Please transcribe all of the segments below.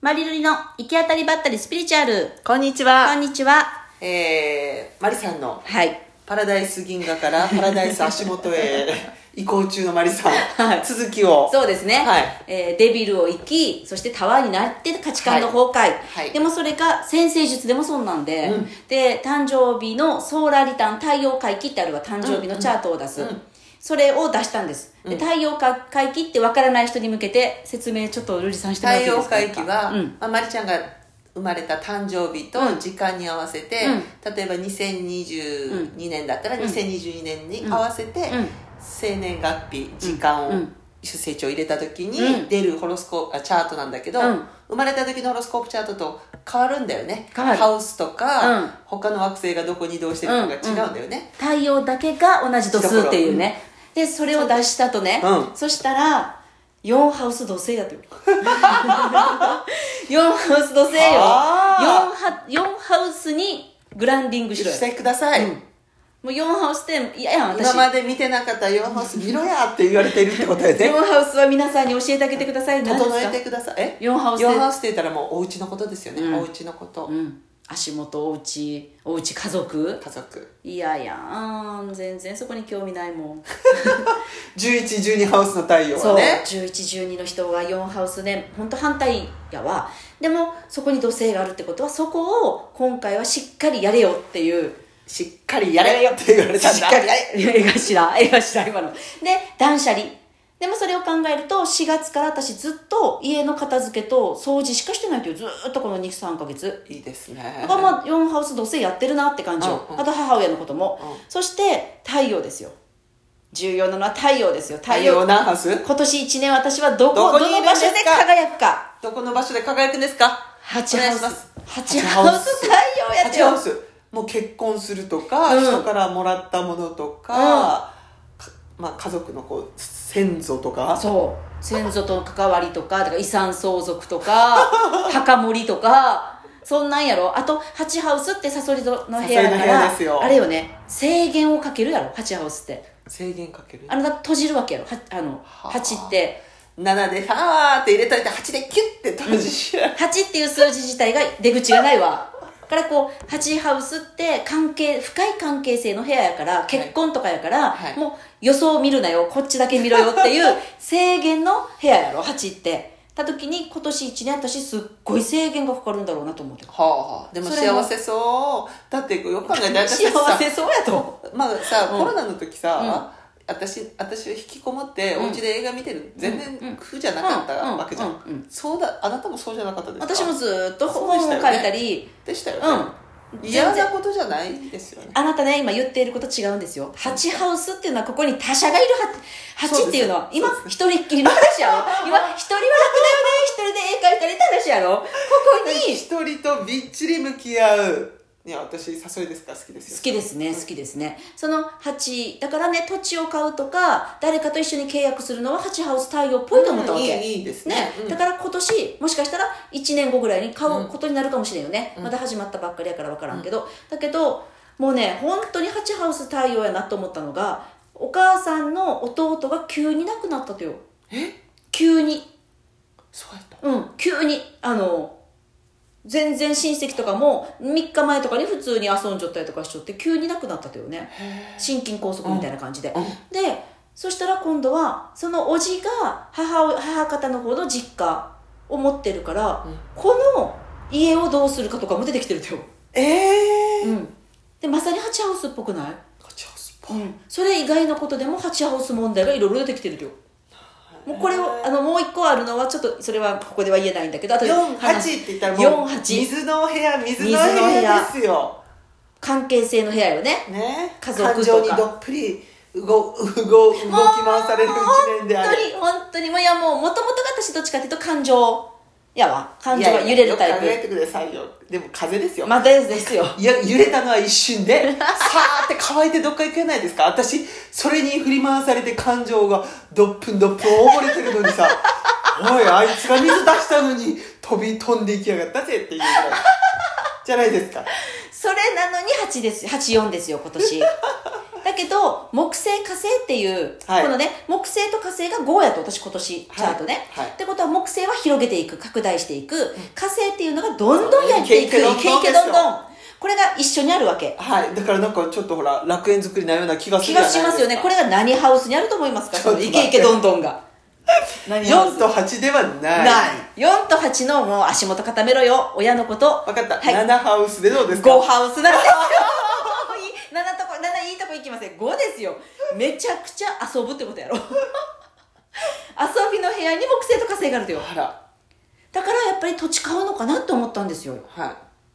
マリルリの行き当たりばったりスピリチュアル。こんにちこは。んにちは。えー、マリさんのはい。パラダイス銀河からパラダイス足元へ移行中のマリさん、はい続きを。そうですね、はいえーデビルを行きそしてタワーになって価値観の崩壊、はいでもそれが先生術でもそうなんで、うんで誕生日のソーラーリターン太陽回帰ってあるは誕生日のチャートを出す、うんうんそれを出したんです、で太陽回帰って分からない人に向けて説明ちょっとルリさんしてもらっ太ていいで陽すか回帰は、うんまあ、マリちゃんが生まれた誕生日と時間に合わせて、例えば2022年だったら2022年に合わせて、うん生年月日時間を、うん出生地を入れた時うにん出るホロスコープあチャートなんだけど、うん生まれた時のホロスコープチャートと変わるんだよね変わるハウスとか、うん他の惑星がどこに移動してるのか違うんだよね、太陽だけが同じ度数っていうね、でそれを出したとね、うんそしたら4ハウス土星だと4ハウス土星よ4あハ四ハウスにグランディングしろよしてください、うんもう4ハウスって嫌やん私今まで見てなかった4ハウス見ろやって言われてるってことや4ねハウスは皆さんに教えてあげてください何ですか整えてくださいえ四ハウスで四ハウスって言ったらもうお家のことですよね、うんお家のこと、うん、足元おうちおうち家族家族嫌やん全然そこに興味ないもん1112ハウスの太陽そはうね1112の人は4ハウスで本当反対やわでもそこに土星があるってことはそこを今回はしっかりやれよっていうしっかりやれよって言われたんだしっかりやれ 絵頭絵頭今ので断捨離でもそれを考えると4月から私ずっと家の片付けと掃除しかしてないというずーっとこの23ヶ月いいですねだからまあ4ハウス土星やってるなって感じよ、うんうんあと母親のことも、うそして太陽ですよ重要なのは太陽ですよ太太陽陽何ハウス今年1年私はどこどどこにのいるんで場す所かで輝くかどこの場所で輝くんですか8お願ハいウしますス8ハウス太陽やって8ハウよスもう結婚するとか、うん人からもらったものとか,、まあ、家族のこう先祖とかそう先祖との関わりとかだから遺産相続とか墓守りとかそんなんやろあと8ハウスってサソリ座の部屋だかサソリの部屋らですよあれよね制限をかけるやろ8ハウスって制限かけるあのだって閉じるわけやろはあのはあ8って7で「はー」って入れといて8でキュッて閉じる、 8っていう数字自体が出口がないわだからこう8ハウスって関係深い関係性の部屋やから結婚とかやから、はいもう予想を見るなよこっちだけ見ろよって いう制限の部屋やろ8ってた時に今年1年私すっごい制限がかかるんだろうなと思ってはあはあでもそれも幸せそうだってよく考えたら幸私させそうやとまあさ、コロナの時さ、私私は引きこもってお家で映画見てる、全然苦じゃなかったうんわけじゃん、うんうんそうだあなたもそうじゃなかったですか私もずーっとそうで本しをた書よいねたりでしたようねん、嫌なことじゃないですよねあなたね今言っていること違うんですよ8ハウスっていうのはここに他者がいる8っていうのは今一人っきりの話やろ今一人は楽だよね一人で絵描いたりって話やろここに一人とびっちり向き合ういや私誘いですから好きですよ好きですね好きですねその8だからね土地を買うとか誰かと一緒に契約するのは8ハウス太陽っぽいと思ったわけ、うんいいいいですねねうんだから今年もしかしたら1年後ぐらいに買うことになるかもしれんよね、まだ始まったばっかりやから分からんけど、だけどもうね本当に8ハウス太陽やなと思ったのがお母さんの弟が急に亡くなったとよえ急にそうやったうん急にあの全然親戚とかも3日前とかに普通に遊んじゃったりとかしちゃって急に亡くなったとよね心筋梗塞みたいな感じで、うんでそしたら今度はそのおじが母を母方の方の実家を持ってるから、うんこの家をどうするかとかも出てきてるとよ、ええーうん、でまさに8ハウスっぽくないガチャスポうん、それ以外のことでも8ハウス問題がいろいろ出てきてるよもうこれをあのもう一個あるのはちょっとそれはここでは言えないんだけど後で48話って言ったらもう48水のお部屋水の水おのお部部屋屋ですよ関係性の部屋よねね、家族とか感情にどっぷり動 動動き回される一年であ本る当に本当にもういやもうもともとが私どっちかっていうと感情やわ感情が揺れるタイプいやいやよく考えてくださいよでも風ですよ、またですですよいや揺れたのは一瞬 でさーって乾いてどっか行けないですか私それに振り回されて感情がどっぷんどっぷん溺れてるのにさ おいあいつが水出したのに飛び飛んでいきやがったぜっていうぐらいじゃないですか それなのに8です84ですよ今年だけど、木星火星っていう、はいこのね、木星と火星が5やと私今年チャートね。はいはいってことは木星は広げていく、拡大していく、火星っていうのがどんどんやっていく、いけいけどんどんいけいけどんどん。これが一緒にあるわけ。はい、だからなんかちょっとほら楽園作りなような気がす気るじがゃないでしすかますよね。これが何ハウスにあると思いますかちょそっとの待イってケイケどんどんが。何ハウス4と8ではないない。4と8のもう足元固めろよ。親のこと。分かった、はい。 7ハウスでどうですか5ハウスなんです よ。7とこ、7いいとこ行きません。5ですよ。めちゃくちゃ遊ぶってことやろ。遊びの部屋に木星と火星があるとよ。あらだからやっぱり土地買うのかなって思ったんですよ。はい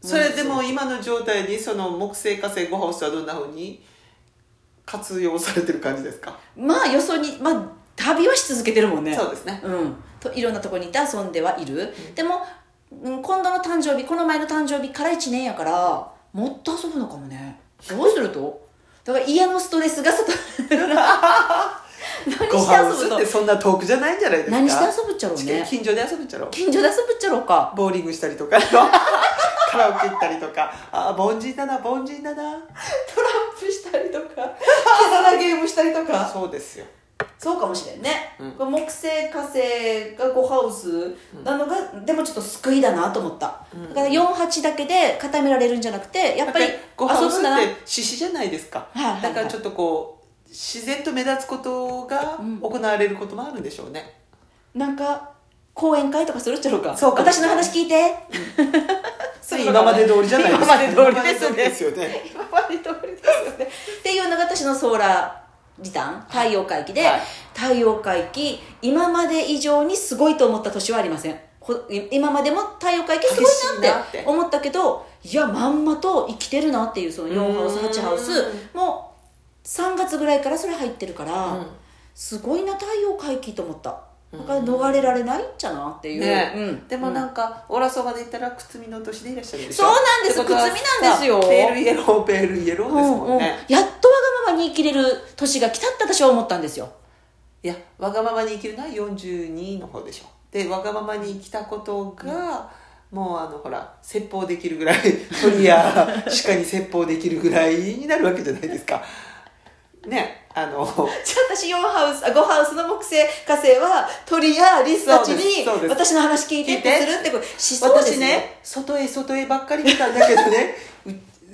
それでも今の状態にその木星火星5ハウスはどんなふうに活用されてる感じですかまあよそに、まあ旅はし続けてるもんね。そうですねうん、といろんなとこに行って遊んではいる、でも、うん、今度の誕生日この前の誕生日から1年やからもっと遊ぶのかもねどうするとだから家のストレスが外 何して遊5ハウスぶってとそんな遠くじゃないんじゃないですか何して遊ぶっちゃろうね近所で遊ぶっちゃろ近所で遊ぶっちゃろう かボーリングしたりとかカラオケ行ったりとかああ凡人だな凡人だなトランプしたりとかキザなゲームしたりとそうですよそうかもしれんね、うんこれ木星火星が5ハウスなのが、でもちょっと救いだなと思った、うんだから48だけで固められるんじゃなくてやっぱり遊ご飯をぶすんっだなて獅子じゃないですか、はいはいはいだからちょっとこう自然と目立つことがうん行われることもあるんでしょうね、なんか講演会とかするっちゃろうかそうかも私の話聞いてするのか今なまで通りじゃないです今かまで通りです今まねよね今まで通りですよねっていうのが私のソーラーリターン太陽回帰で、はい太陽回帰今まで以上にすごいと思った年はありませんほ今までも太陽回帰すごいなっ激しいなってて思ったけどいやまんまと生きてるなっていうその4ハウスうーん8ハウスもう3月ぐらいからそれ入ってるから、うんすごいな太陽回帰と思っただから逃れられないんじゃなっていう、ねうん、でもなんか、オラそばで言ったら靴見の年でいらっしゃるでしょそうなんですってことは靴見なんですよさペールイエローペールイエローですもんね、うんうん、やっとわがままに生きれる年が来たって私は思ったんですよいやわがままに生きるのは42の方でしょでわがままに生きたことが、もうあのほら説法できるぐらい 鳥や鹿に説法できるぐらいになるわけじゃないですかねあの じゃあ私4ハウスあ5ハウスの木星火星は鳥やリスたちにそうですそうで私の話聞いて聞っいててするってことしそうです私 ね外へ外へばっかり見たんだけどね う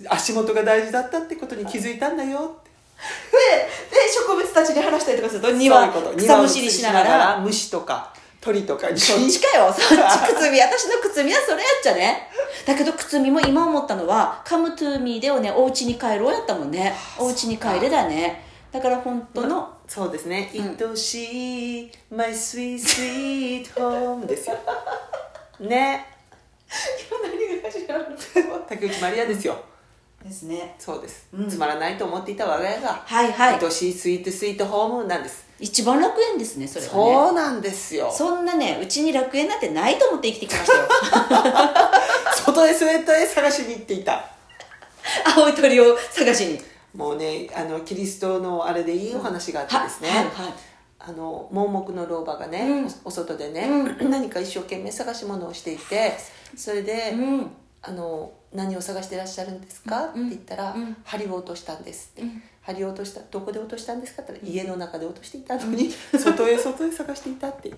足元が大事だったってことに気づいたんだよってでで植物たちに話したりとかするとそうい庭うこと草むしりしながら庭を移り虫とか鳥とかに そっちかよそっち靴見私の靴見はそれやっちゃねだけど靴見も今思ったのは「come to me」でをねお家に帰ろうやったもんねお家に帰れだねだから本当の、 そうですね「ん愛しい my sweet sweet home」ですよ ね何が始まる竹内まりやですよ ですねそうです、うんつまらないと思っていた我が家がはいはい愛しいスイートスイートホームなんです、一番楽園ですねそれはねそうなんですよそんなねうちに楽園なんてないと思って生きてきましたよ外へ外へ探しに行っていた 青い鳥を探しにもうねあのキリストのあれでいいお話があってはですね、はいはいあの盲目の老婆がね、うんおお外でね、う 何か一生懸命探し物をしていてそれで、うんあの「何を探してらっしゃるんですか?」ってうん言ったら、うん針を落としたんです」って、うん針を落としたどこで落としたんですか?」って言ったら、家の中で落としていたのに 外へ外へ探していた」って。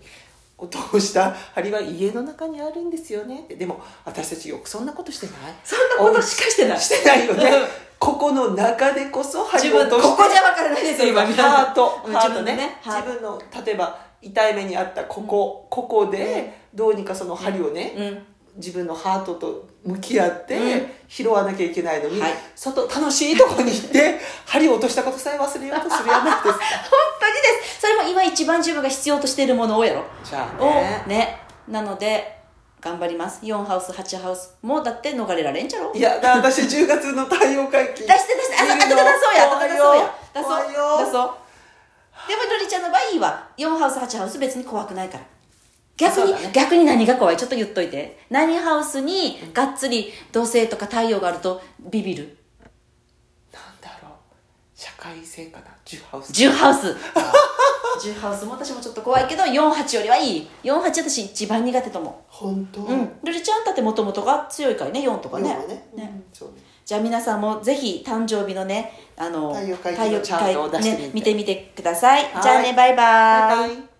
落とした針は家の中にあるんですよねってでも私たちよくそんなことしてないそんなことしかしてないしてないよねうんここの中でこそ針自を落分とここしてじゃ分からないですよ今皆さんハートうんハートね自自分分の例えば痛い目にあったここ、ここでどうにかその針をね、のねうん自分のハートと向き合って、うん拾わなきゃいけないのに、はい外楽しいとこに行って針を落としたことさえ忘れようとするやない本当ですにですそれも今一番自分が必要としているものをやろ じゃあをねねなので頑張ります4ハウス8ハウスもうだって逃れられんじゃろいやだ私10月の太陽回帰出出して出してああとからそうやあとからそうや出そう出うそうでものりちゃんの場合いいわ4ハウス8ハウス別に怖くないから逆そうに、だね逆に何が怖いちょっと言っといて何ハウスにがっつり土星とか太陽があるとビビるなんだろう社会性かな10ハウス10ハウ ス10ハウスも私もちょっと怖いけど48よりはいい48私一番苦手と思本当ううんルリちゃんだってもともとが強いからね4とまかあねねねうんそうねじゃあ皆さんもぜひ誕生日のねあの太陽会議のチャートを出してみてね、見てみてくださいはいじゃあねバイバイバイバイ